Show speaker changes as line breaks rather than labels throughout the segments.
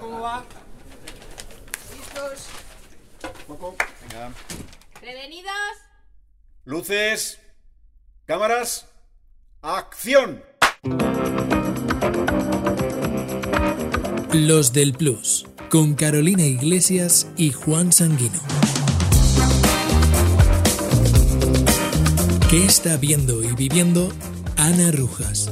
¿Cómo va?
¿Listos?
Poco. Venga.
¿Prevenidos?
Luces. Cámaras. Acción.
Los del Plus, con Carolina Iglesias y Juan Sanguino. ¿Qué está viendo y viviendo Ana Rujas?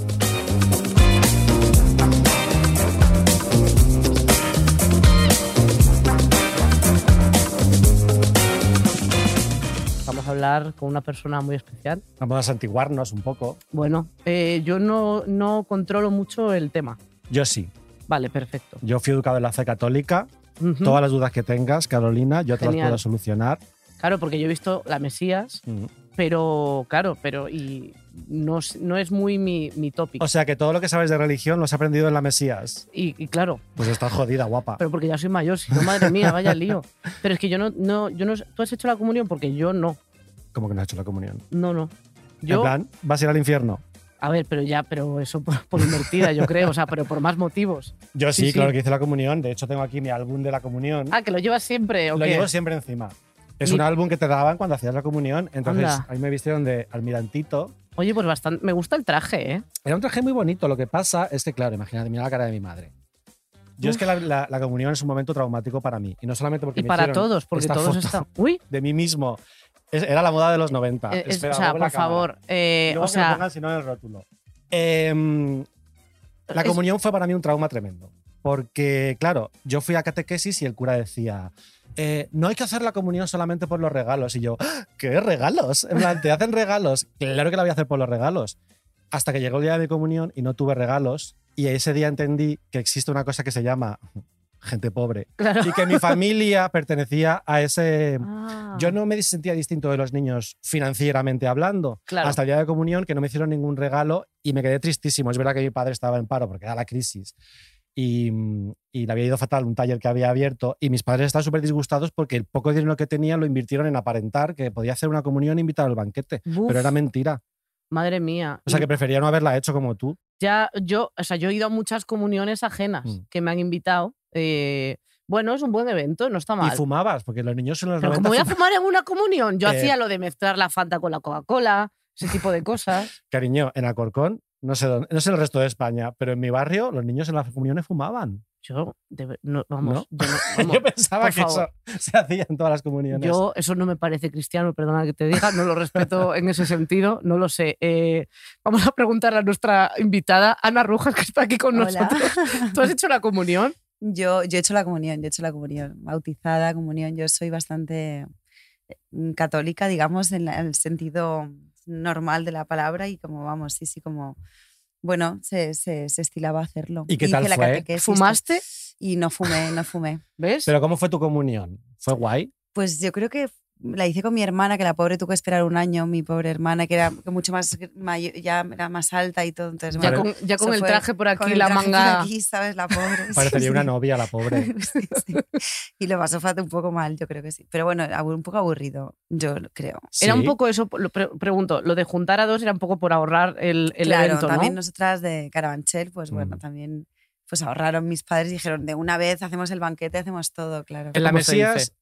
Vamos a hablar con una persona muy especial.
Vamos a santiguarnos un poco.
Bueno, eh, yo no, no controlo mucho el tema.
Yo sí.
Vale, perfecto.
Yo fui educado en la fe católica.
Ujú.
Todas las dudas que tengas, Carolina, yo te
Genial.
las puedo solucionar.
Claro, porque yo he visto La Mesías,
Mm.
pero claro, pero y no, es- no es muy mi, mi tópico.
O sea que todo lo que sabes de religión lo has aprendido en la Mesías.
y, y claro,
Pues estás jodida, guapa.
pero porque ya soy mayor, si no, madre mía, vaya lío. Pero es que yo no, no, yo no, tú has hecho la comunión porque yo no,
Como que no has hecho la comunión.
no, no.
En
Yo,
plan, vas a ir al infierno.
a ver, pero ya, pero eso por, por invertida, yo creo, o sea, pero por más motivos.
Yo
Sí,
sí,
sí.
claro que hice la comunión. De hecho, tengo aquí mi álbum de la comunión.
Ah, que lo llevas siempre, ¿o
lo
qué?
llevo siempre encima. Es
Mi-
un álbum que te daban cuando hacías la comunión. Entonces,
Anda.
ahí me vistieron de almirantito.
Oye, pues bastante, me gusta el traje, ¿eh?
Era un traje muy bonito. Lo que pasa es que, claro, imagínate, mira la cara de mi madre. Yo es que la, la- la comunión es un momento traumático para mí. Y no solamente porque
Y
me
para
hicieron
todos, porque
esta
todos
foto
están. Uy,
de mí mismo. Es- era la moda de los 90.
eh, es-
Ah, Espera,
o sea,
mueve la
por
cámara.
favor, eh, o
Luego que lo
sea,
pongan, si no, en el rótulo. Em, la
es-
comunión fue para mí un trauma tremendo. Porque, claro, yo fui a catequesis y el cura decía. eh, no hay que hacer la comunión solamente por los regalos. Y yo, ¡Ah! ¿qué regalos? En plan, te hacen regalos. Claro que la voy a hacer por los regalos. Hasta que llegó el día de mi comunión y no tuve regalos. Y ese día entendí que existe una cosa que se llama gente pobre.
claro.
Y que mi familia pertenecía a ese,
Ah.
yo no me sentía distinto de los niños financieramente hablando.
Claro.
Hasta el día de comunión, que no me hicieron ningún regalo y me quedé tristísimo. Es verdad que mi padre estaba en paro porque era la crisis y, mm, y le había ido fatal un taller que había abierto. Y mis padres estaban súper disgustados porque el poco dinero que tenían lo invirtieron en aparentar que podía hacer una comunión e invitar al banquete.
Buf,
Pero era mentira.
Madre mía.
O sea que prefería no haberla hecho como tú.
ya yo, o sea, yo he ido a muchas comuniones ajenas
Mm.
que me han invitado. eh, bueno, es un buen evento, no está mal.
Y fumabas, porque los niños son los
Pero
90
como voy a
fuman.
fumar en una comunión, yo
Eh.
hacía lo de mezclar la Fanta con la Coca-Cola, ese tipo de cosas.
Cariño, en Alcorcón, no sé, dónde, no sé el resto de España, pero en mi barrio los niños en las comuniones fumaban.
Yo, de ver- no, vamos, yo no- vamos,
Yo pensaba
por
que
favor.
eso se hacía en todas las comuniones.
Yo, eso no me parece cristiano, perdona que te diga, no lo respeto en ese sentido, no lo sé. Eh, vamos a preguntarle a nuestra invitada, Ana Rujas, que está aquí con
Hola.
nosotros. ¿Tú has hecho la comunión?
Yo, yo he hecho la comunión, yo he hecho la comunión, bautizada, comunión. Yo soy bastante eh, católica, digamos, en, la- en el sentido normal de la palabra y como vamos, sí, sí, como, bueno, se, se- se estilaba hacerlo.
¿Y qué
Hice
tal
la
fue?
catequesis pues,
¿Fumaste?
Y no fumé, no fumé.
¿Ves?
Pero ¿cómo fue tu comunión? ¿Fue guay?
Pues yo creo que la hice con mi hermana, que la pobre tuvo que esperar un año, mi pobre hermana, que era mucho más, mayor, ya era más alta y todo. Entonces,
ya
bueno,
con, ya con
eso
el
fue-
traje por aquí,
con el
la
traje por
manga.
Aquí, ¿sabes? La pobre. sí,
Parecería una
sí.
novia la pobre.
Sí, sí. Y lo pasó fat- un poco mal, yo creo que sí. Pero bueno, abu- un poco aburrido, yo lo creo.
Era un
Sí.
poco eso, lo pre- pregunto, lo de juntar a dos era un poco por ahorrar el, el
claro,
evento,
también
¿no?
nosotras de Carabanchel, pues bueno,
Mm.
también pues ahorraron mis padres y dijeron, de una vez hacemos el banquete, hacemos todo, claro.
En la
¿Cómo se
Mesías
dice?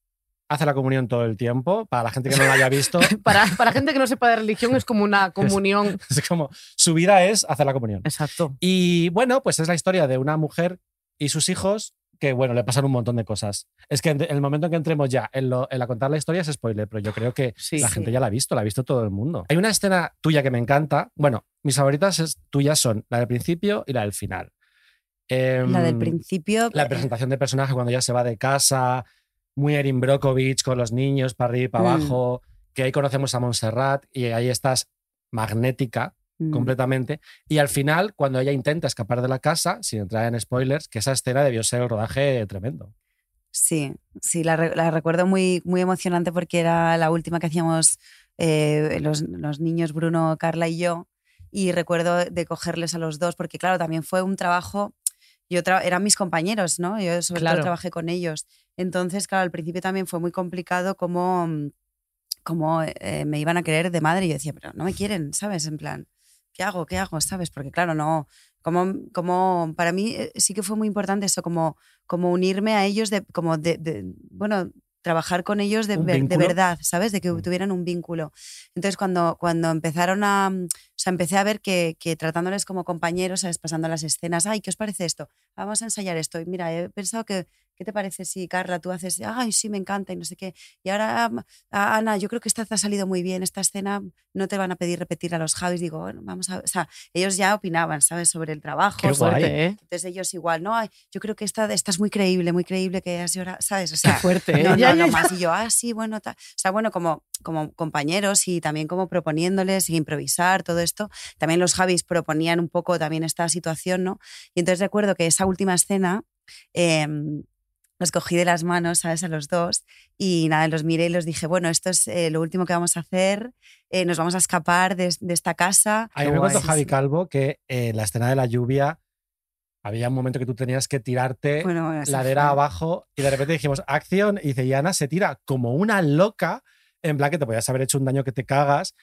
hace la comunión todo el tiempo. Para la gente que no la haya visto,
Para, para gente que no sepa de religión es como una comunión.
es como su vida es hacer la comunión.
Exacto.
Y bueno, pues es la historia de una mujer y sus hijos que, bueno, le pasan un montón de cosas. Es que en el momento en que entremos ya en, lo- en la contar la historia es spoiler, pero yo creo que
Sí.
la gente
Sí.
ya la ha visto, la ha visto todo el mundo. Hay una escena tuya que me encanta. Bueno, mis favoritas es- tuyas son la del principio y la del final. Em,
la del principio,
La presentación de personaje cuando ya se va de casa, muy Erin Brockovich con los niños para arriba y para
Mm.
abajo, que ahí conocemos a Montserrat y ahí estás magnética
mm,
completamente. Y al final, cuando ella intenta escapar de la casa, sin entrar en spoilers, que esa escena debió ser el rodaje tremendo.
Sí, sí, la, re- la recuerdo muy, muy emocionante porque era la última que hacíamos eh, los, los niños, Bruno, Carla y yo. Y recuerdo de cogerles a los dos, porque claro, también fue un trabajo, yo tra- eran mis compañeros, ¿no? Yo sobre
Claro.
todo trabajé con ellos. Entonces, claro, al principio también fue muy complicado cómo, cómo eh, me iban a querer de madre. Y yo decía, pero no me quieren, ¿sabes? En plan, ¿qué hago? ¿Qué hago? ¿Sabes? Porque claro, no, como, como para mí eh, sí que fue muy importante eso, como, como unirme a ellos, de, como de, de- bueno, trabajar con ellos de,
¿Un
ver- de
vínculo?
verdad, ¿sabes? De que
Mm.
tuvieran un vínculo. Entonces, cuando, cuando empezaron a, mm, o sea, empecé a ver que, que tratándoles como compañeros, ¿sabes? Pasando las escenas, ay, ¿qué os parece esto? Vamos a ensayar esto. Y mira, he pensado que, ¿qué te parece si Carla tú haces, ay, sí, me encanta y no sé qué? Y ahora, mm, a- Ana, yo creo que esta te ha salido muy bien, esta escena no te van a pedir repetir a los Javis. Digo, bueno, vamos a, o sea, ellos ya opinaban, ¿sabes? Sobre el trabajo,
Qué
Qué
guay.
fuerte, ¿eh?
entonces ellos igual, ¿no? Ay, yo creo que esta, esta es muy creíble, muy creíble que has llorado, ¿sabes? O
Qué
sea,
fuerte, ¿eh?
no, no,
Ya, ya,
no
ya.
más. Y yo, ah, sí, bueno, tal. O sea, bueno, como, como compañeros y también como proponiéndoles y improvisar todo esto. También los Javis proponían un poco también esta situación, ¿no? Y entonces recuerdo que esa última escena eh, los cogí de las manos, ¿sabes? A los dos y nada, los miré y los dije, bueno, esto es eh, lo último que vamos a hacer, eh, nos vamos a escapar de, de esta casa.
A mí
Qué
me contó
guay.
Javi Calvo que eh, en la escena de la lluvia había un momento que tú tenías que tirarte
Bueno, bueno, eso
ladera
fue-
abajo y de repente dijimos acción y dice y Ana se tira como una loca en plan que te podías haber hecho un daño que te cagas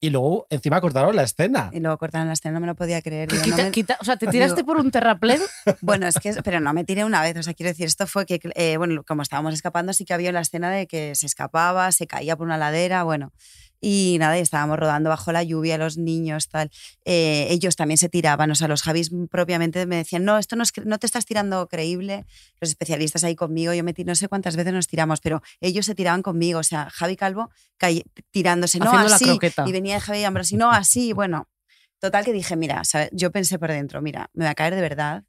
y luego encima cortaron la escena.
Y luego cortaron la escena, no me lo podía creer. Digo, no
Quita-
me-
quita- o sea, te tiraste por un terraplén.
Bueno, es que, pero no me tiré una vez, o sea, quiero decir, esto fue que, eh, bueno, como estábamos escapando, sí que había la escena de que se escapaba, se caía por una ladera, bueno, y nada, y estábamos rodando bajo la lluvia, los niños, tal, Eh, ellos también se tiraban, o sea, los Javis propiamente me decían, no, esto no, es cre- no te estás tirando creíble, los especialistas ahí conmigo, yo me ti- no sé cuántas veces nos tiramos, pero ellos se tiraban conmigo, o sea, Javi Calvo caí- tirándose, no
Haciendo la
así,
croqueta.
y venía Javi Ambrosio, no así, bueno. Total que dije, mira, ¿sabes? yo pensé por dentro, mira, me va a caer de verdad,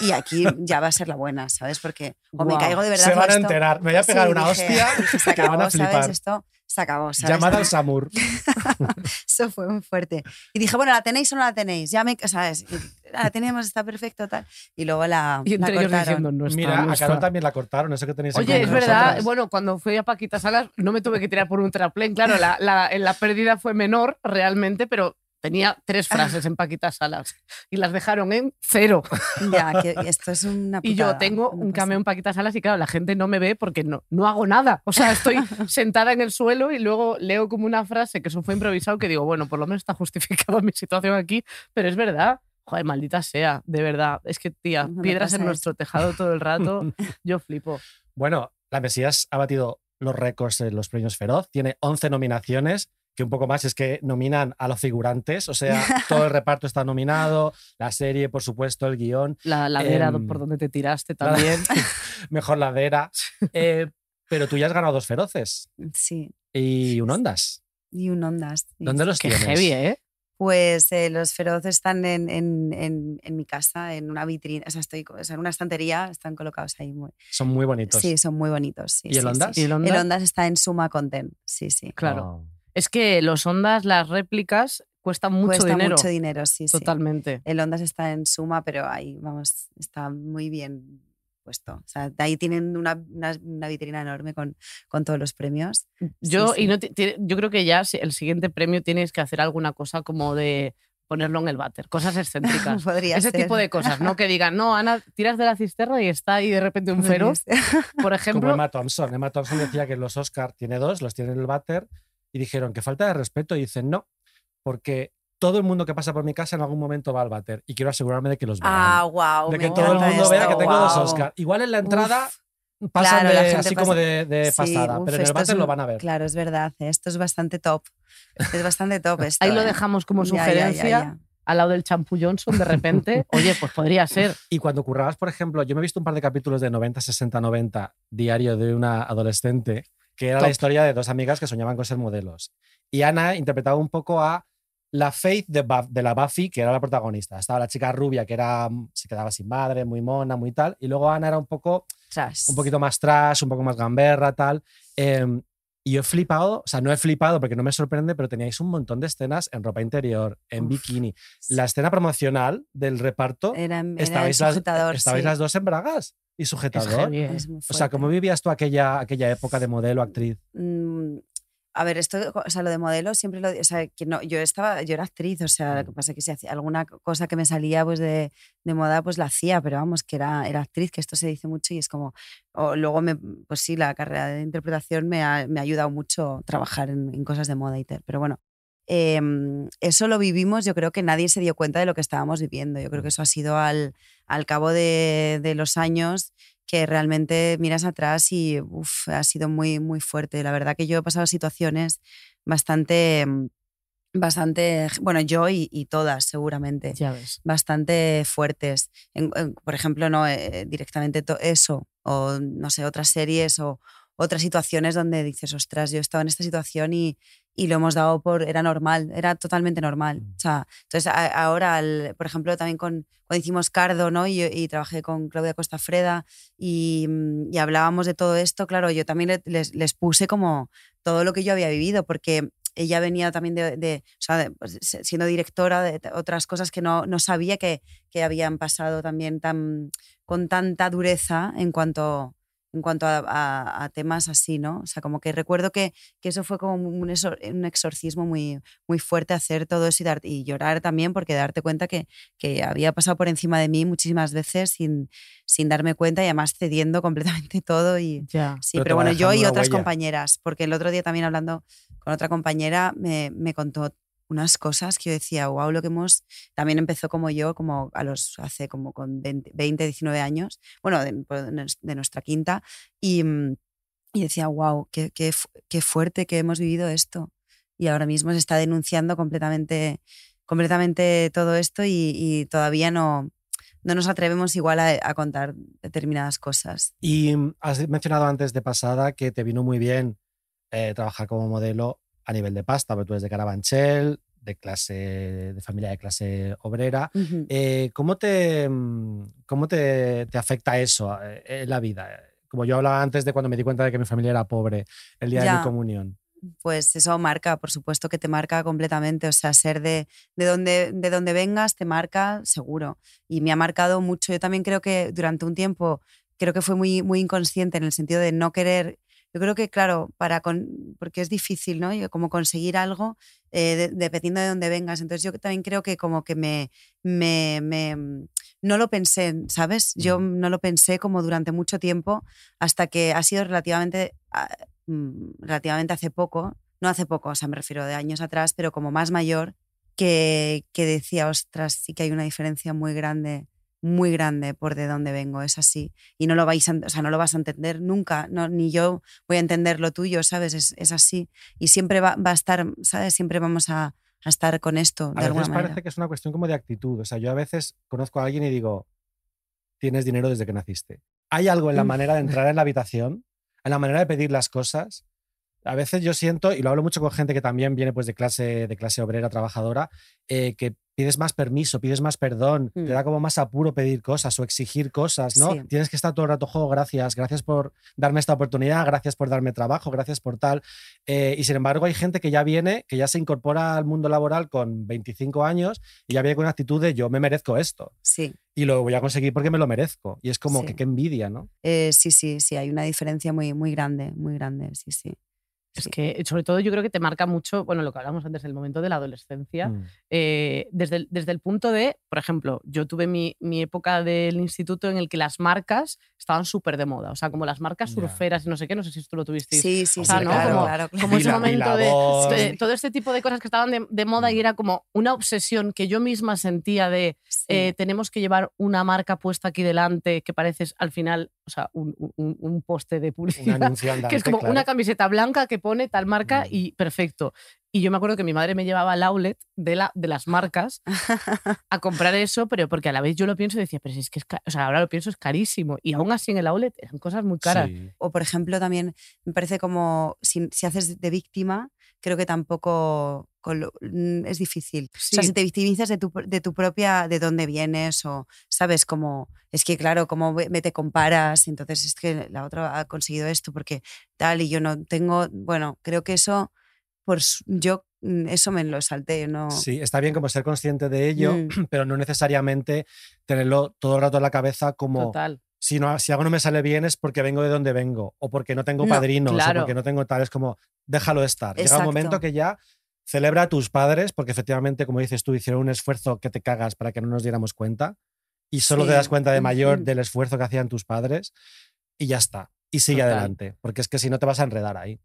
y aquí ya va a ser la buena, ¿sabes? Porque o me
Guau.
caigo de verdad.
Se
o
van a
esto-
enterar, me voy a
Sí,
pegar una
dije- "Ah,
hostia
dije, se
que van a
acabó, ¿sabes?
flipar.
Esto se acabó, ¿sabes?
llamada al Samur.
Eso fue muy fuerte. Y dije, bueno, ¿la tenéis o no la tenéis? Ya me, ¿sabes? Y, la tenemos, está perfecto, tal. Y luego la,
Y
la
entre ellos
cortaron.
diciendo, no está,
Mira,
no
a Carol
está".
también la cortaron, eso que tenéis en
Oye,
común
es verdad,
vosotras.
bueno, cuando fui a Paquita Salas no me tuve que tirar por un terraplén, claro, la, la, en la pérdida fue menor realmente, pero tenía tres
Ah.
frases en Paquita Salas y las dejaron en cero.
Ya, que esto es una
Y yo
putada,
tengo
no
un
pasa
cameo en Paquita Salas y claro, la gente no me ve porque no, no hago nada. O sea, estoy sentada en el suelo y luego leo como una frase que eso fue improvisado que digo, bueno, por lo menos está justificada mi situación aquí, pero es verdad. Joder, maldita sea, de verdad. Es que, tía,
No me
piedras en
pasa
nuestro tejado todo el rato, yo flipo.
Bueno, la Mesías ha batido los récords en los premios Feroz, tiene 11 nominaciones, que un poco más es que nominan a los figurantes, o sea, todo el reparto está nominado, la serie, por supuesto, el guión,
La ladera
Em,
por donde te tiraste
la-
también.
mejor ladera. Eh, pero tú ya has ganado dos feroces
nada. Sí,
y un ondas.
y un Ondas. sí,
¿Dónde
sí.
los
Qué
tienes?
heavy, ¿eh?
Pues eh, los feroces están en, en- en- en mi casa, en una vitrina, o sea, estoy, co- o sea, en una estantería, están colocados ahí. Muy,
Son muy bonitos.
sí, son muy bonitos.
¿Y
sí,
el
sí, sí.
Ondas?
¿Y el Ondas?
El Ondas está en Suma Content, sí, sí.
Claro.
Oh.
Es que los ondas, las réplicas, cuestan mucho
Cuesta
dinero.
mucho dinero, sí, sí.
Totalmente.
El Ondas está en Suma, pero ahí, vamos, está muy bien puesto. O sea, de ahí tienen una, una- una vitrina enorme con, con todos los premios.
Yo,
sí.
Y no ti- ti- yo creo que ya si- el siguiente premio tienes que hacer alguna cosa como de ponerlo en el váter, cosas excéntricas.
Podría
Ese
ser.
tipo de cosas, ¿no? Que digan, no, Ana, tiras de la cisterna y está ahí de repente un
Podría
feroz,
ser.
por
Como
ejemplo.
Emma Thompson. Emma Thompson decía que los Oscar tiene dos, los tiene en el váter, y dijeron que falta de respeto, y dicen no, porque todo el mundo que pasa por mi casa en algún momento va al váter, y quiero asegurarme de que los vean.
Ah, wow.
de que todo el mundo vea que tengo dos
guau.
Oscar. Igual en la entrada pasan
claro, la
de-
gente
así
pasa-
como de, de
Sí,
pasada,
uf,
pero en el
esto es
váter lo
un-
van a ver.
Claro, es verdad. ¿eh? Esto es bastante top. Es bastante top esto.
Ahí lo
¿eh?
dejamos como
Ya, ya, ya,
sugerencia
ya.
al lado del champú Johnson de repente. Oye, pues podría ser.
Y cuando currabas, por ejemplo, yo me he visto un par de capítulos de 90, 60, 90, diario de una adolescente, que era la
Top.
historia de dos amigas que soñaban con ser modelos. Y Ana interpretaba un poco a la Faith de, Buff- de la Buffy, que era la protagonista. Estaba la chica rubia, que era, mm, se quedaba sin madre, muy mona, muy tal. Y luego Ana era un poco
Ostras.
un poquito más trash, un poco más gamberra, tal. Em, y yo he flipado, o sea, no he flipado porque no me sorprende, pero teníais un montón de escenas en ropa interior, en
Uf,
bikini.
sí. Eh,
La escena promocional del reparto,
Era, era el
estabais,
sujetador.
las, estabais
sí.
las dos en bragas y
Es
sujetador.
heavy, ¿eh?
Es muy
O sea,
fuerte.
¿cómo vivías tú aquella, aquella época de modelo, actriz?
Mm, a ver, esto, o sea, lo de modelo siempre lo, o sea, que no, yo estaba, yo era actriz, o sea,
Mm.
lo que pasa es que si hacía alguna cosa que me salía pues de, de moda, pues la hacía, pero vamos, que era, era actriz, que esto se dice mucho y es como, o luego me, pues sí, la carrera de interpretación me ha, me ha ayudado mucho trabajar en, en cosas de moda y tal, pero bueno. eh, eso lo vivimos, yo creo que nadie se dio cuenta de lo que estábamos viviendo. Yo creo que eso ha sido al, al cabo de, de los años que realmente miras atrás y uf, ha sido muy, muy fuerte. La verdad que yo he pasado situaciones bastante, bastante, bueno, yo y, y todas seguramente,
Ya ves.
bastante fuertes. En- en- por ejemplo, no Eh, directamente to- eso, o no sé, otras series o otras situaciones donde dices, ostras, yo he estado en esta situación y, y lo hemos dado por, era normal, era totalmente normal. O sea, entonces a- ahora, al- por ejemplo, también con, cuando hicimos Cardo, ¿no? Y, y trabajé con Claudia Costa Freda y, mm, y hablábamos de todo esto, claro, yo también le- les, les puse como todo lo que yo había vivido, porque ella venía también de, de- o sea, de, pues, se- siendo directora de t- otras cosas que no, no sabía que, que habían pasado también tan, con tanta dureza en cuanto, en cuanto a, a- a temas así, ¿no? O sea, como que recuerdo que, que eso fue como un, exor- un exorcismo muy, muy fuerte hacer todo eso y, dar- y llorar también, porque darte cuenta que, que había pasado por encima de mí muchísimas veces sin, sin darme cuenta y además cediendo completamente todo y,
Ya.
Sí,
Pero
pero,
te va
bueno, yo
dejando
y
una
otras
huella.
compañeras, porque el otro día también hablando con otra compañera me, me contó unas cosas que yo decía, wow, lo que hemos... También empezó como yo, como a los hace como con 20, 20, 19 años, bueno, de, por- de nuestra quinta, y, mm, y decía, wow, qué, qué, fu- qué fuerte que hemos vivido esto. Y ahora mismo se está denunciando completamente, completamente todo esto y, y todavía no, no nos atrevemos igual a, a contar determinadas cosas.
Y mm, has mencionado antes de pasada que te vino muy bien eh, trabajar como modelo a nivel de pasta, porque tú eres de Carabanchel, de clase, de familia de clase obrera.
Ujú.
Eh, ¿Cómo, te, mm, cómo te, te afecta eso eh, en la vida? Como yo hablaba antes de cuando me di cuenta de que mi familia era pobre el día de mi
Ya.
comunión.
pues eso marca, por supuesto que te marca completamente. O sea, ser de, de, donde, de donde vengas te marca seguro. Y me ha marcado mucho. Yo también creo que durante un tiempo, creo que fue muy, muy inconsciente en el sentido de no querer. Yo creo que, claro, para con- porque es difícil, ¿no? Yo Como conseguir algo eh, de- dependiendo de dónde vengas. Entonces yo también creo que como que me, me- me- mm, No lo pensé, ¿sabes? Yo no lo pensé como durante mucho tiempo hasta que ha sido relativamente ah, mm, relativamente hace poco, no hace poco, o sea, me refiero de años atrás, pero como más mayor, que, que decía, ostras, sí que hay una diferencia muy grande, muy grande por de dónde vengo, es así. Y no lo, vais a, o sea, no lo vas a entender nunca, no, ni yo voy a entender lo tuyo, ¿sabes? Es, es así. Y siempre va, va a estar, ¿sabes? Siempre vamos a, a estar con esto, de
A
alguna
veces
manera.
parece que es una cuestión como de actitud. O sea, yo a veces conozco a alguien y digo, tienes dinero desde que naciste. Hay algo en la
Mm.
manera de entrar en la habitación, en la manera de pedir las cosas. A veces yo siento, y lo hablo mucho con gente que también viene pues de clase, de clase obrera, trabajadora, eh, que pides más permiso, pides más perdón,
Mm.
te da como más apuro pedir cosas o exigir cosas, ¿no?
Sí.
Tienes que estar todo el rato, jo, gracias, gracias por darme esta oportunidad, gracias por darme trabajo, gracias por tal. Eh, y sin embargo, hay gente que ya viene, que ya se incorpora al mundo laboral con 25 años y ya viene con una actitud de yo me merezco esto
Sí.
y lo voy a conseguir porque me lo merezco. Y es como
Sí.
que qué envidia, ¿no?
Eh, sí, sí, sí, hay una diferencia muy, muy grande, muy grande, sí, sí.
Es
Sí.
que, sobre todo, yo creo que te marca mucho, bueno, lo que hablamos antes, el momento de la adolescencia.
Mm.
eh, desde, el, desde el punto de, por ejemplo, yo tuve mi, mi época del instituto en el que las marcas estaban súper de moda, o sea, como las marcas
Ya.
surferas y no sé qué, no sé si tú lo tuviste.
Sí, sí,
O
sí,
sea, ¿no?
claro,
Como-
claro, claro.
Como ese
Vila-
momento de-
Vilador.
de, todo este tipo de cosas que estaban de, de moda
Mm.
y era como una obsesión que yo misma sentía de
Sí.
eh, tenemos que llevar una marca puesta aquí delante que pareces al final, o sea, un, un- un poste de
Un
publicidad
anuncio andante,
que es como
claro.
una camiseta blanca que pone tal marca
Mm.
y perfecto. Y yo me acuerdo que mi madre me llevaba al outlet de, la, de las marcas a comprar eso, pero porque a la vez yo lo pienso y decía, pero si es que es ca- o sea, ahora lo pienso es carísimo. Y aún así en el outlet eran cosas muy caras.
Sí.
O por ejemplo, también me parece como si, si haces de víctima, creo que tampoco con lo- mm, es difícil. O sea,
Sí.
si te victimizas de tu, pr- de tu propia, de dónde vienes o, ¿sabes? Como, es que claro, como ve- me te comparas, entonces es que la otra ha conseguido esto porque tal y yo no tengo, bueno, creo que eso, por su- yo mm, eso me lo salté, no...
Sí, está bien como ser consciente de ello,
Mm.
pero no necesariamente tenerlo todo el rato en la cabeza como
Total.
si, no, si algo no me sale bien es porque vengo de donde vengo, o porque no tengo
No,
padrinos,
claro.
o porque no tengo tal. Es como, déjalo estar. Llega un
Exacto.
momento que ya celebra a tus padres, porque efectivamente, como dices tú, hicieron un esfuerzo que te cagas para que no nos diéramos cuenta, y solo te
Sí.
das cuenta de mayor
Ujú.
del esfuerzo que hacían tus padres, y ya está. Y sigue
Total.
adelante, porque es que si no te vas a enredar ahí.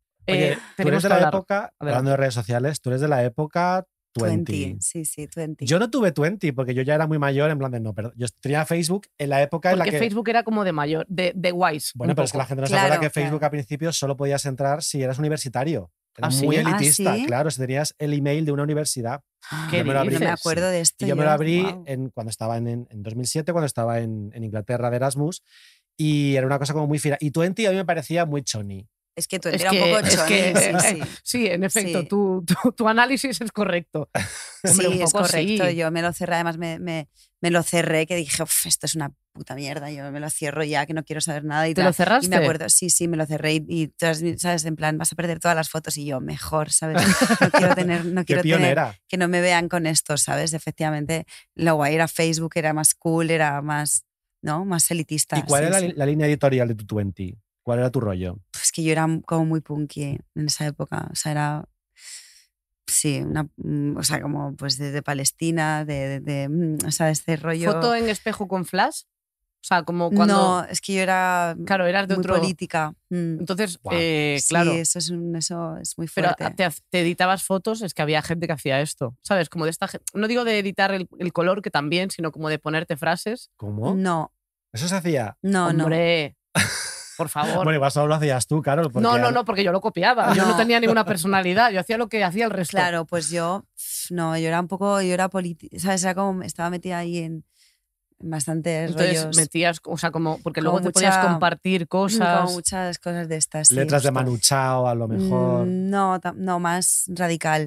Eh,
Oye, tú eres
tenemos
de
que
la
hablar.
época, hablando
Adelante.
de redes sociales, tú eres de la época 20.
20, sí, sí, 20.
Yo no tuve 20 porque yo ya era muy mayor, en plan de no, pero yo tenía Facebook en la época en la
Porque
que.
Facebook era como de mayor, de, de guys.
bueno, pero es que la gente no se
Claro,
acuerda que Facebook
claro.
al principio solo podías entrar si eras universitario. Era
¿Ah, sí?
muy
Ah,
elitista,
¿sí?
claro, si tenías el email de una universidad.
¿Qué
yo me lo abrí.
dices?
Ah, no me acuerdo de esto.
Y yo me lo abrí
guau.
eh,
en, cuando estaba en, en 2007, cuando estaba en, en Inglaterra de Erasmus. Y era una cosa como muy fina. Y 20 a mí me parecía muy choni.
Es que tú
Es
era un
que-
poco
es
choni,
que-
sí, sí.
Sí, en efecto,
Sí.
Tu, tu- tu análisis es correcto. Hombre,
sí,
un
es
poco sí.
correcto. Yo me lo cerré, además me, me- me lo cerré, que dije, "Uf, esto es una puta mierda, yo me lo cierro ya, que no quiero saber nada y
¿Te
tal".
lo cerraste?
Y me acuerdo, sí, sí, me lo cerré y, y todas, mis- ¿sabes? En plan, vas a perder todas las fotos y yo, mejor, ¿sabes? No quiero tener, no
Qué
quiero tener
pionera.
que no me vean con esto, ¿sabes? Efectivamente, lo guay era Facebook, era más cool, era más, ¿no? Más elitista.
¿Y cuál
sí,
era
sí.
la, la línea editorial de tu 20? ¿Cuál era tu rollo?
Pues que yo era como muy punky en esa época, o sea, era... Sí, una, mm, o sea, como pues de, de Palestina, de, de, de, mm, o sea, este rollo...
¿Foto en espejo con flash? O sea, como cuando...
No, es que yo era
Claro, eras de
muy
otro...
política. mm.
Entonces,
Guau.
eh,
Sí,
claro,
eso es, un- eso es muy
pero
fuerte.
te, ha- te editabas fotos, es que había gente que hacía esto, ¿sabes? Como de esta gen- No digo de editar el, el color, que también, sino como de ponerte frases.
¿Cómo?
No,
Eso se hacía.
no, no.
Hombre, por favor.
Bueno, igual solo lo hacías tú, Carol. porque
no, no,
ahora-
no, porque yo lo copiaba. Yo no
No.
tenía ninguna personalidad. Yo hacía lo que hacía el resto.
Claro, pues yo, pf, no, yo era un poco, yo era política, ¿sabes? Era como, estaba metida ahí en, en bastantes
Entonces
rollos.
metías, o sea, como, porque
Como
luego te podías
mucha- Mm,
compartir
Como
cosas.
muchas cosas de estas. sí,
Letras de
justo.
Manu Chao, a lo mejor.
Mm, No, tam- no, más radical.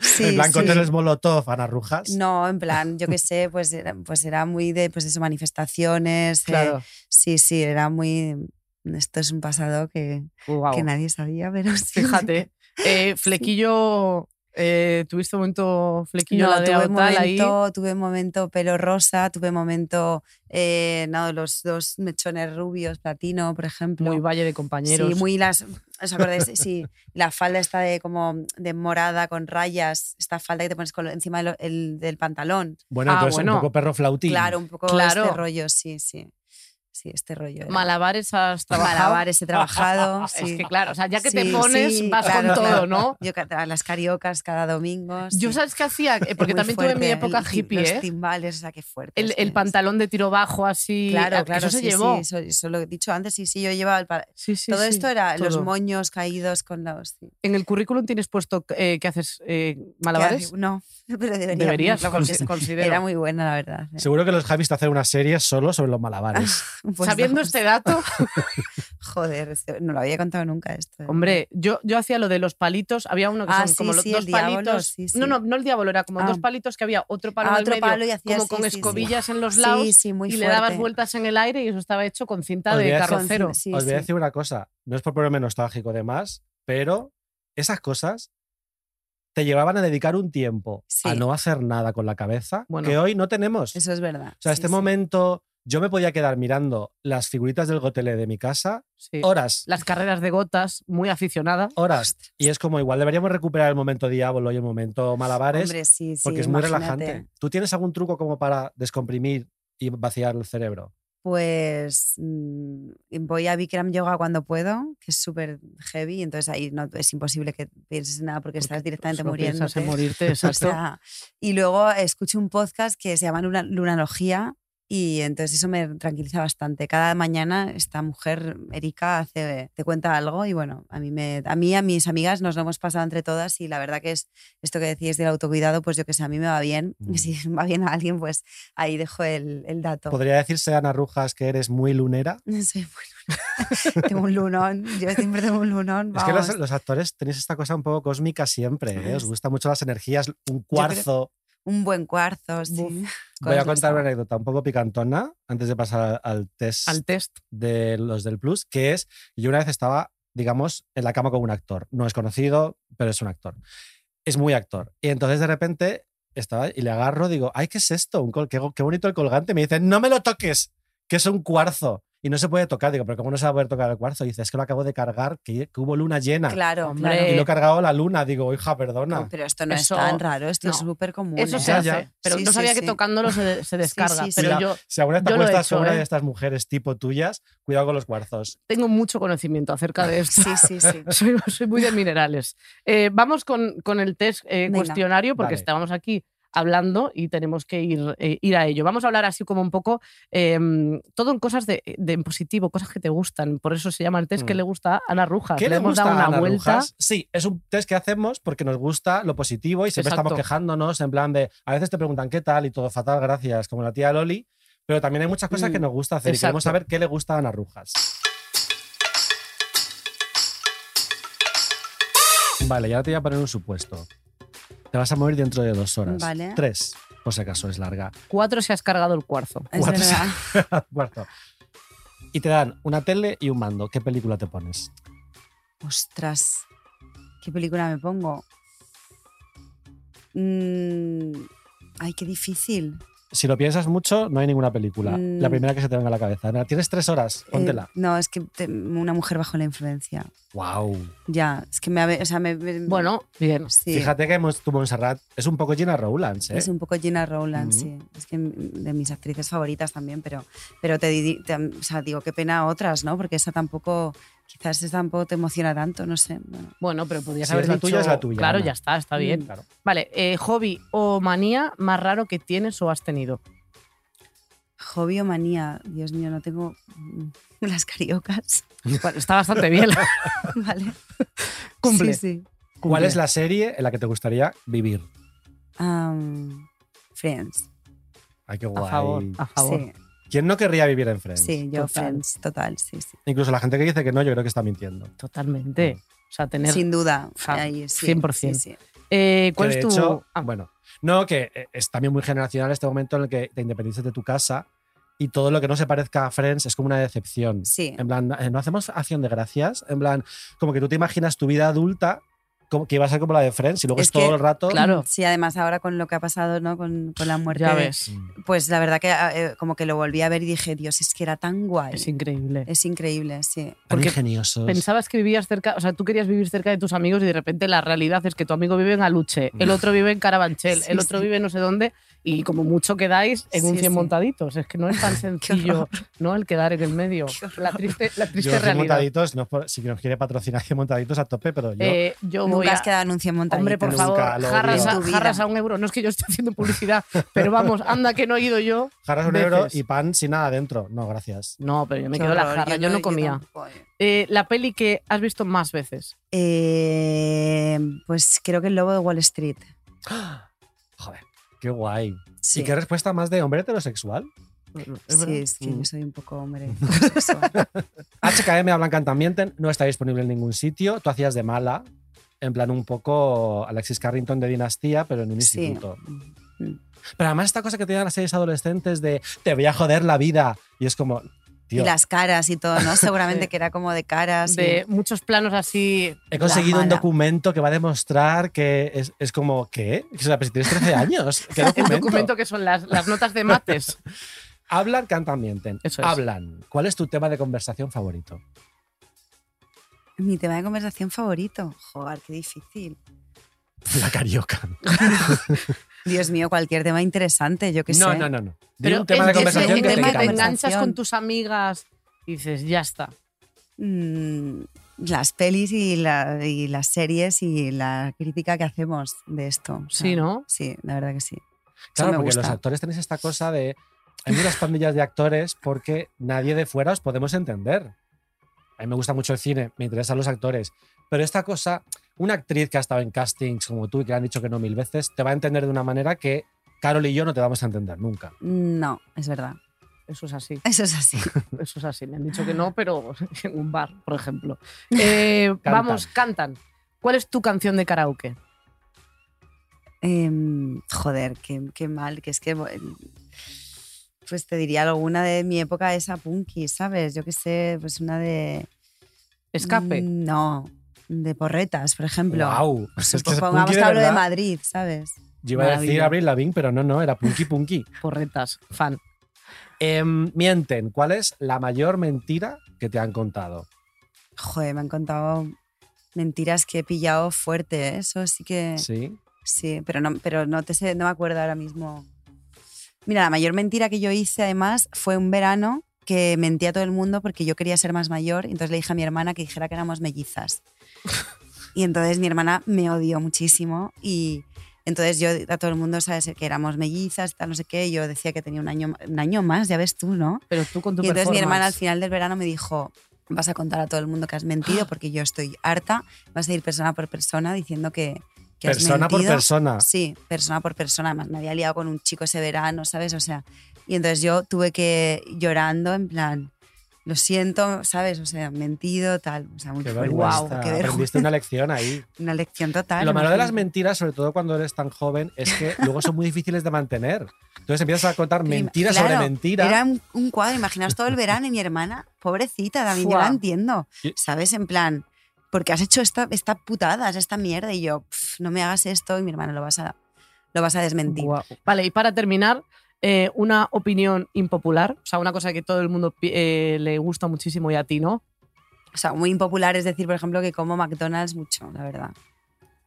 Sí,
el blanco
sí.
Teles Molotov, Ana Rujas.
No, en plan, yo qué sé, pues era, pues era muy de pues eso, manifestaciones. eh,
claro.
sí, sí, era muy. Esto es un pasado que,
Guau.
que nadie sabía, pero sí.
Fíjate. Eh, flequillo, eh, tuviste un momento flequillo
No,
la de
tuve
Autal ahí.
momento, tuve momento pelo rosa, tuve momento eh, no, los dos mechones rubios, platino, por ejemplo.
Muy valle de compañeros.
Sí, muy las. ¿Os acordáis? Sí, la falda está de como de morada con rayas, esta falda que te pones colo- encima del, el- del pantalón.
Bueno,
Ah,
entonces
bueno.
un poco perro flautín.
Claro, un poco
Claro.
este rollo, sí, sí. Sí, este rollo. era.
Malabares has trabajado.
Malabares he trabajado. sí.
Es que claro, o sea, ya que te
Sí,
pones,
sí,
vas
claro,
con todo,
claro.
¿no?
Yo ca- las cariocas cada domingo.
Yo
sí.
sabes qué hacía, Eh, porque
Muy
también tuve mi
fuerte,
época
el-
hippie,
Los
¿eh?
timbales, o sea, qué fuerte.
El,
es
el
que-
pantalón de tiro bajo así.
Claro,
ah,
claro,
Eso se
sí,
llevó.
Sí, eso, eso lo he dicho antes, sí, sí, yo llevaba el pa-
Sí, sí,
todo
sí,
esto era los
todo.
moños caídos con los sí.
En el currículum tienes puesto eh, que haces eh, malabares.
¿Qué hace? No, pero debería.
Deberías,
no,
cons-
porque
considero.
era muy buena, la verdad. ¿eh?
Seguro que los Javis te hacen una serie solo sobre los malabares.
Pues
Sabiendo
no,
este dato,
Joder, este- no lo había contado nunca esto. ¿eh?
hombre, yo, yo hacía lo de los palitos. Había uno que
Ah,
son
sí,
como los
sí,
dos
el diablo,
palitos.
sí, sí.
No, no, no el diablo, era como
Ah.
dos palitos que había otro palo
Ah,
al
otro
medio,
palo y hacías
como con
sí, sí, sí.
escobillas en los
Sí,
lados.
sí, muy
y le dabas
fuerte.
vueltas en el aire y eso estaba hecho con cinta
Os
de
voy a decir-
carrocero.
Con- sí,
Os voy a
sí.
decir una cosa. No es por ponerme nostálgico de más, pero esas cosas te llevaban a dedicar un tiempo
Sí.
a no hacer nada con la cabeza
Bueno.
que hoy no tenemos.
Eso es verdad.
o sea,
sí,
este
sí.
momento yo me podía quedar mirando las figuritas del gotelé de mi casa
Sí.
horas,
Las carreras de gotas, muy aficionada.
horas. Y es como igual deberíamos recuperar el momento diablo y el momento malabares
Hombre, sí, sí,
porque es muy
imagínate.
relajante. ¿Tú tienes algún truco como para descomprimir y vaciar el cerebro?
Pues mm, voy a Bikram Yoga cuando puedo, que es súper heavy, entonces ahí no, es imposible que pienses en nada porque, estás directamente
Solo
muriendo.
piensas en morirte, exacto.
y luego escucho un podcast que se llama Luna, Lunalogía y entonces eso me tranquiliza bastante. Cada mañana esta mujer, Erika, hace, te cuenta algo y bueno, a mí, me, a mí, y a mis amigas nos lo hemos pasado entre todas y la verdad que es esto que decís del autocuidado, pues yo que sé, a mí me va bien.
Mm.
Y si va bien a alguien, pues ahí dejo el, el dato.
¿Podría decirse, Ana Rujas, que eres muy lunera?
Soy muy luna. tengo un lunón, yo siempre tengo un lunón.
Es que los,
vamos.
los actores tenéis esta cosa un poco cósmica siempre, ¿eh? os
Es-
gustan mucho las energías, un cuarzo.
Un buen cuarzo, sí.
Buf.
Voy a
Cosas
contar una
así.
anécdota un poco picantona antes de pasar al test
Al test.
de los del Plus, que es, yo una vez estaba, digamos, en la cama con un actor, no es conocido, pero es un actor, es muy actor. Y entonces de repente estaba y le agarro, digo, ay, ¿qué es esto? Un col- qué, go- qué bonito el colgante. Me dicen, no me lo toques, que es un cuarzo. Y no se puede tocar. Digo, pero ¿cómo no se va a poder tocar el cuarzo? Y dice, es que lo acabo de cargar, que, que hubo luna llena.
Claro,
Hombre,
claro.
Y lo he cargado a la luna. Digo, hija, perdona.
No, Oh, pero esto no
Eso-
es tan raro, esto es
no.
súper común.
Eso
¿eh?
se
Ya,
hace.
ya.
Pero
Sí,
no
sí,
sabía que
sí.
tocándolo se, se descarga.
sí,
pero
sí.
yo
Si alguna vez te
Yo lo he
acuestas
hecho,
con una
¿eh?
de estas mujeres tipo tuyas, cuidado con los cuarzos.
tengo mucho conocimiento acerca de esto.
Sí, sí, sí.
Soy, soy muy de minerales. Eh, vamos con, con el test eh,
Venga.
cuestionario porque
Vale.
estábamos aquí hablando y tenemos que ir, eh, ir a ello. Vamos a hablar así como un poco eh, todo en cosas de, de en positivo, cosas que te gustan. Por eso se llama el test que
Mm.
le gusta a Ana Rujas.
¿Qué le
hemos
gusta
dado una
a Ana
vuelta.
Rujas? Sí, es un test que hacemos porque nos gusta lo positivo y siempre
Exacto.
estamos quejándonos en plan de, a veces te preguntan qué tal y todo fatal, gracias, como la tía Loli, pero también hay muchas cosas que
Mm,
nos gusta hacer y queremos
exacto.
saber qué le gusta a Ana Rujas. Vale, y ahora te voy a poner un supuesto. Te vas a morir dentro de dos horas.
Vale.
Tres, por si acaso es larga.
Cuatro se has cargado el cuarzo.
Es
What?
verdad.
Cuarto. Y te dan una tele y un mando. ¿Qué película te pones?
Ostras, ¿qué película me pongo? Mm, ay, qué difícil.
Si lo piensas mucho, no hay ninguna película.
Mm.
La primera que se te venga a la cabeza. Ana, Tienes tres horas,
Eh,
póntela.
no, es que te- una mujer bajo la influencia.
wow.
Ya, es que me... ha- O sea, me, me-
Bueno, bien.
sí,
Fíjate que Mon- tu Montserrat es un poco Gina Rowlands, ¿eh?
Es un poco Gina Rowland,
Ujú.
sí. Es que de mis actrices favoritas también, pero, pero te, di- te- o sea, digo qué pena otras, ¿no? Porque esa tampoco, quizás esa tampoco te emociona tanto, no sé. Bueno,
Bueno, pero podrías
Si
haber
es la
dicho-
tuya, es la tuya,
Claro,
Ana. Mm.
ya está, está bien.
Claro.
Vale, eh, hobby o manía más raro que tienes o has tenido.
hobby o manía, Dios mío, no tengo mm, las cariocas,
Bueno, está bastante bien.
¿vale?
Cumple.
Sí, sí.
¿Cuál
Cumple.
es la serie en la que te gustaría vivir?
Am, Friends.
Ay, qué
A
guay.
favor, a favor.
Sí,
¿Quién no querría vivir en Friends?
sí, yo
Total.
Friends, total, sí, sí.
Incluso la gente que dice que no, yo creo que está mintiendo.
Totalmente. O sea, tener.
Sin duda,
Fa-
ahí sí,
100%.
sí, sí.
Eh, ¿Cuál
Que,
es
de
tu.?
hecho,
Ah,
bueno, no, que eh, es también muy generacional este momento en el que te independizas de tu casa y todo lo que no se parezca a Friends es como una decepción.
Sí.
En plan, eh, no hacemos acción de gracias. En plan, como que tú te imaginas tu vida adulta como que iba a ser como la de Friends y luego es,
Es que,
todo el rato.
Claro.
Sí, además ahora con lo que ha pasado, ¿no? Con, con la muerte.
ya
de-
ves.
Pues la verdad que eh, como que lo volví a ver y dije, Dios, es que era tan guay.
Es increíble.
Es increíble, sí.
Tan
Porque
ingeniosos.
Pensabas que vivías cerca, o sea, tú querías vivir cerca de tus amigos y de repente la realidad es que tu amigo vive en Aluche, el otro vive en Carabanchel,
Sí,
el otro
sí.
vive no sé dónde y como mucho quedáis en un
Sí,
100
sí.
montaditos. Es que no es tan sencillo,
horror.
¿no? El quedar en el medio. La triste, la
Yo
triste
cien
realidad.
montaditos, no, por- si nos quiere patrocinar cien montaditos a tope, pero yo.
Eh, yo voy
Nunca
a,
has quedado en un 100 montaditos.
Hombre, por
Nunca,
favor,
lo
jarras
odio.
a,
En tu vida.
jarras a un euro. No es que yo esté haciendo publicidad, pero vamos, anda que no he ido yo.
jarras un euro
veces.
y pan sin nada dentro. No, gracias.
No, pero yo me
Qué
quedo la
horror,
jarra, yo, no comía.
tampoco, eh.
Eh, la peli que has visto más veces.
Eh, pues creo que el lobo de Wall Street.
Joder, qué guay.
Sí,
¿Y qué respuesta más de hombre heterosexual?
Es
sí,
verdad.
es que
Mm.
yo soy un poco hombre. pues
HKM Hablan Cantan Mienten no está disponible en ningún sitio. Tú hacías de mala, en plan un poco Alexis Carrington de Dinastía, pero en un
Sí.
instituto.
Mm.
Pero además esta cosa que tienen las series adolescentes de te voy a joder la vida. Y es como,
Y
tío,
las caras y todo, ¿no? Seguramente
Sí.
que era como de caras. y-
De muchos planos así.
he conseguido un
mala.
documento que va a demostrar que es, es como, ¿qué? O sea, pues si tienes 13 años, ¿qué
El
documento?
documento que son las, las notas de mates.
Hablan, cantan, mienten.
Eso es.
Hablan. ¿Cuál es tu tema de conversación favorito?
Mi tema de conversación favorito. Joder, qué difícil.
La carioca.
Dios mío, cualquier tema interesante, yo qué
No,
sé.
no, no, no. Di
Pero
un tema de
es- es
conversación
un
que te
tema que te
encante.
enganchas
Conversación.
con tus amigas y dices, ya está.
Mm, las pelis y, la- y las series y la crítica que hacemos de esto. o sea,
Sí, ¿no?
Sí, la verdad que sí.
Claro,
me
porque los
gusta.
actores tenéis esta cosa de. Hay muchas pandillas de actores porque nadie de fuera os podemos entender. A mí me gusta mucho el cine, me interesan los actores. Pero esta cosa, una actriz que ha estado en castings como tú y que le han dicho que no mil veces, te va a entender de una manera que Carol y yo no te vamos a entender nunca.
No, es verdad.
Eso es así.
Eso es así.
Eso es así. Me han dicho que no, pero en un bar, por ejemplo. Eh, vamos, cantan. ¿Cuál es tu canción de karaoke?
Em, joder, qué, qué mal, que es que... bueno, Pues te diría alguna de mi época esa punky, ¿sabes? Yo qué sé, pues una de...
Escape.
Mm, No, de porretas, por ejemplo.
¡Wow!
Pues Pongamos que hablo de Madrid, ¿sabes?
Yo iba a decir
Maravilla.
Abril Lavigne, pero no, no, era Punky Punky.
Porretas, fan.
Em, mienten, ¿cuál es la mayor mentira que te han contado?
Joder, me han contado mentiras que he pillado fuerte, ¿eh? eso sí que
Sí.
sí, pero no, pero no te sé, no me acuerdo ahora mismo. Mira, la mayor mentira que yo hice además fue un verano que mentí a todo el mundo porque yo quería ser más mayor, y entonces le dije a mi hermana que dijera que éramos mellizas. Y entonces mi hermana me odió muchísimo y entonces yo a todo el mundo, ¿sabes? Que éramos mellizas, tal, no sé qué, y yo decía que tenía un año, un año más, ya ves tú, ¿no?
Pero tú con tu
Y entonces mi hermana al
performance.
final del verano me dijo, vas a contar a todo el mundo que has mentido porque yo estoy harta, vas a ir persona por persona diciendo que, que has
persona por
mentido".
persona.
Sí, persona por persona. Además, me había liado con un chico ese verano, ¿sabes? O sea, y entonces yo tuve que llorando en plan, lo siento, ¿sabes? O sea, mentido, tal. O sea, muy
Qué
fuerte.
vergüenza.
Guau, qué vergüenza.
Aprendiste una lección ahí.
Una lección total.
Lo
¿no?
malo de las mentiras, sobre todo cuando eres tan joven, es que luego son muy difíciles de mantener. Entonces empiezas a contar mentiras
Claro,
sobre mentiras.
Era un, un cuadro, imaginaos todo el verano y mi hermana, pobrecita, David, yo
Fua.
la entiendo.
Y-
¿Sabes? En plan, porque has hecho esta, esta putada, esta mierda, y yo, "Pf, no me hagas esto, y mi hermana lo vas a, lo vas a desmentir.
Guau. Vale, y para terminar, eh, una opinión impopular, o sea, una cosa que todo el mundo pi- eh, le gusta muchísimo y a ti no,
O sea, muy impopular es decir, por ejemplo, que como McDonald's mucho, la verdad.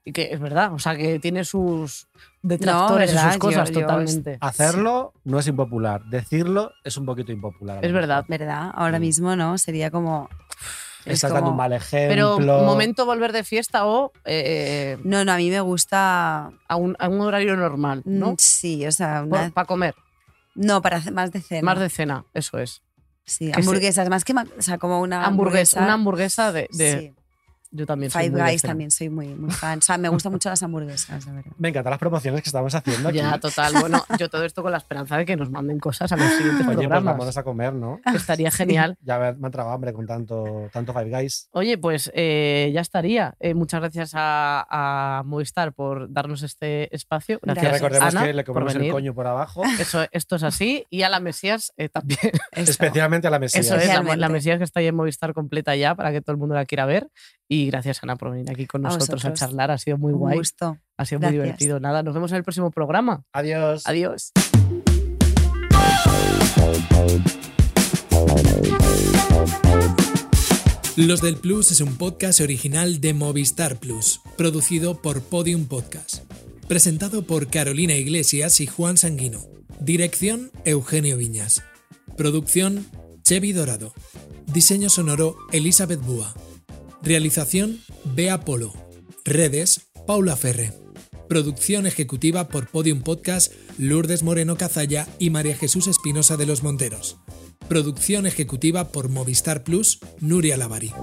y que es verdad, o sea, que tiene sus detractores y
¿verdad?
sus cosas
Yo- yo-
totalmente.
Hacerlo no es impopular. Decirlo es un poquito impopular. a lo
Es verdad.
¿Verdad? Ahora
Mm.
mismo, ¿no? Sería como...
mejor.
es
Estás
como-
dando un mal ejemplo.
Pero momento volver de fiesta o eh, eh,
No, no, a mí me gusta...
a, un, a un horario normal, ¿no?
mm, Sí, o sea, una-
Para comer,
no, para hacer más de cena.
más de cena, eso es.
sí,
que se-
hamburguesas, más que... ma- O sea, como una
Hamburguesa, una
hamburguesa.
hamburguesa de... de-
Sí.
Yo también soy
Five
muy de
Guys
cena.
también soy muy, muy fan. O sea, me gustan mucho las hamburguesas, la verdad.
Me encantan las promociones que estamos haciendo aquí.
Ya, total. Bueno, yo todo esto con la esperanza de que nos manden cosas a los siguientes
Oye, pues
programas.
vámonos a comer, ¿no?
Estaría genial.
Ya me me ha entrado hambre con tanto, tanto Five Guys.
Oye, pues eh, ya estaría. Eh, muchas gracias a, a Movistar por darnos este espacio.
Que
Gracias,
Gracias,
recordemos
Ana,
que le
por
comemos el
venir.
coño por abajo,
Eso, esto es así. Y a la Mesías eh, también.
especialmente a la mesilla.
Eso es, la, la
Especialmente.
Mesías que está ahí en Movistar completa ya para que todo el mundo la quiera ver. Y gracias, Ana, por venir aquí con
A
nosotros a,
vosotros.
charlar. Ha sido muy
Un
guay.
gusto.
Ha sido muy
Gracias.
divertido. Nada, nos vemos en el próximo programa.
Adiós.
Adiós.
Los del Plus es un podcast original de Movistar Plus, producido por Podium Podcast. Presentado por Carolina Iglesias y Juan Sanguino. Dirección Eugenio Viñas. Producción Chevy Dorado. Diseño sonoro Elizabeth Búa. Realización Bea Polo. Redes Paula Ferre. Producción ejecutiva por Podium Podcast Lourdes Moreno Cazalla y María Jesús Espinosa de los Monteros. Producción ejecutiva por Movistar Plus, Nuria Lavari.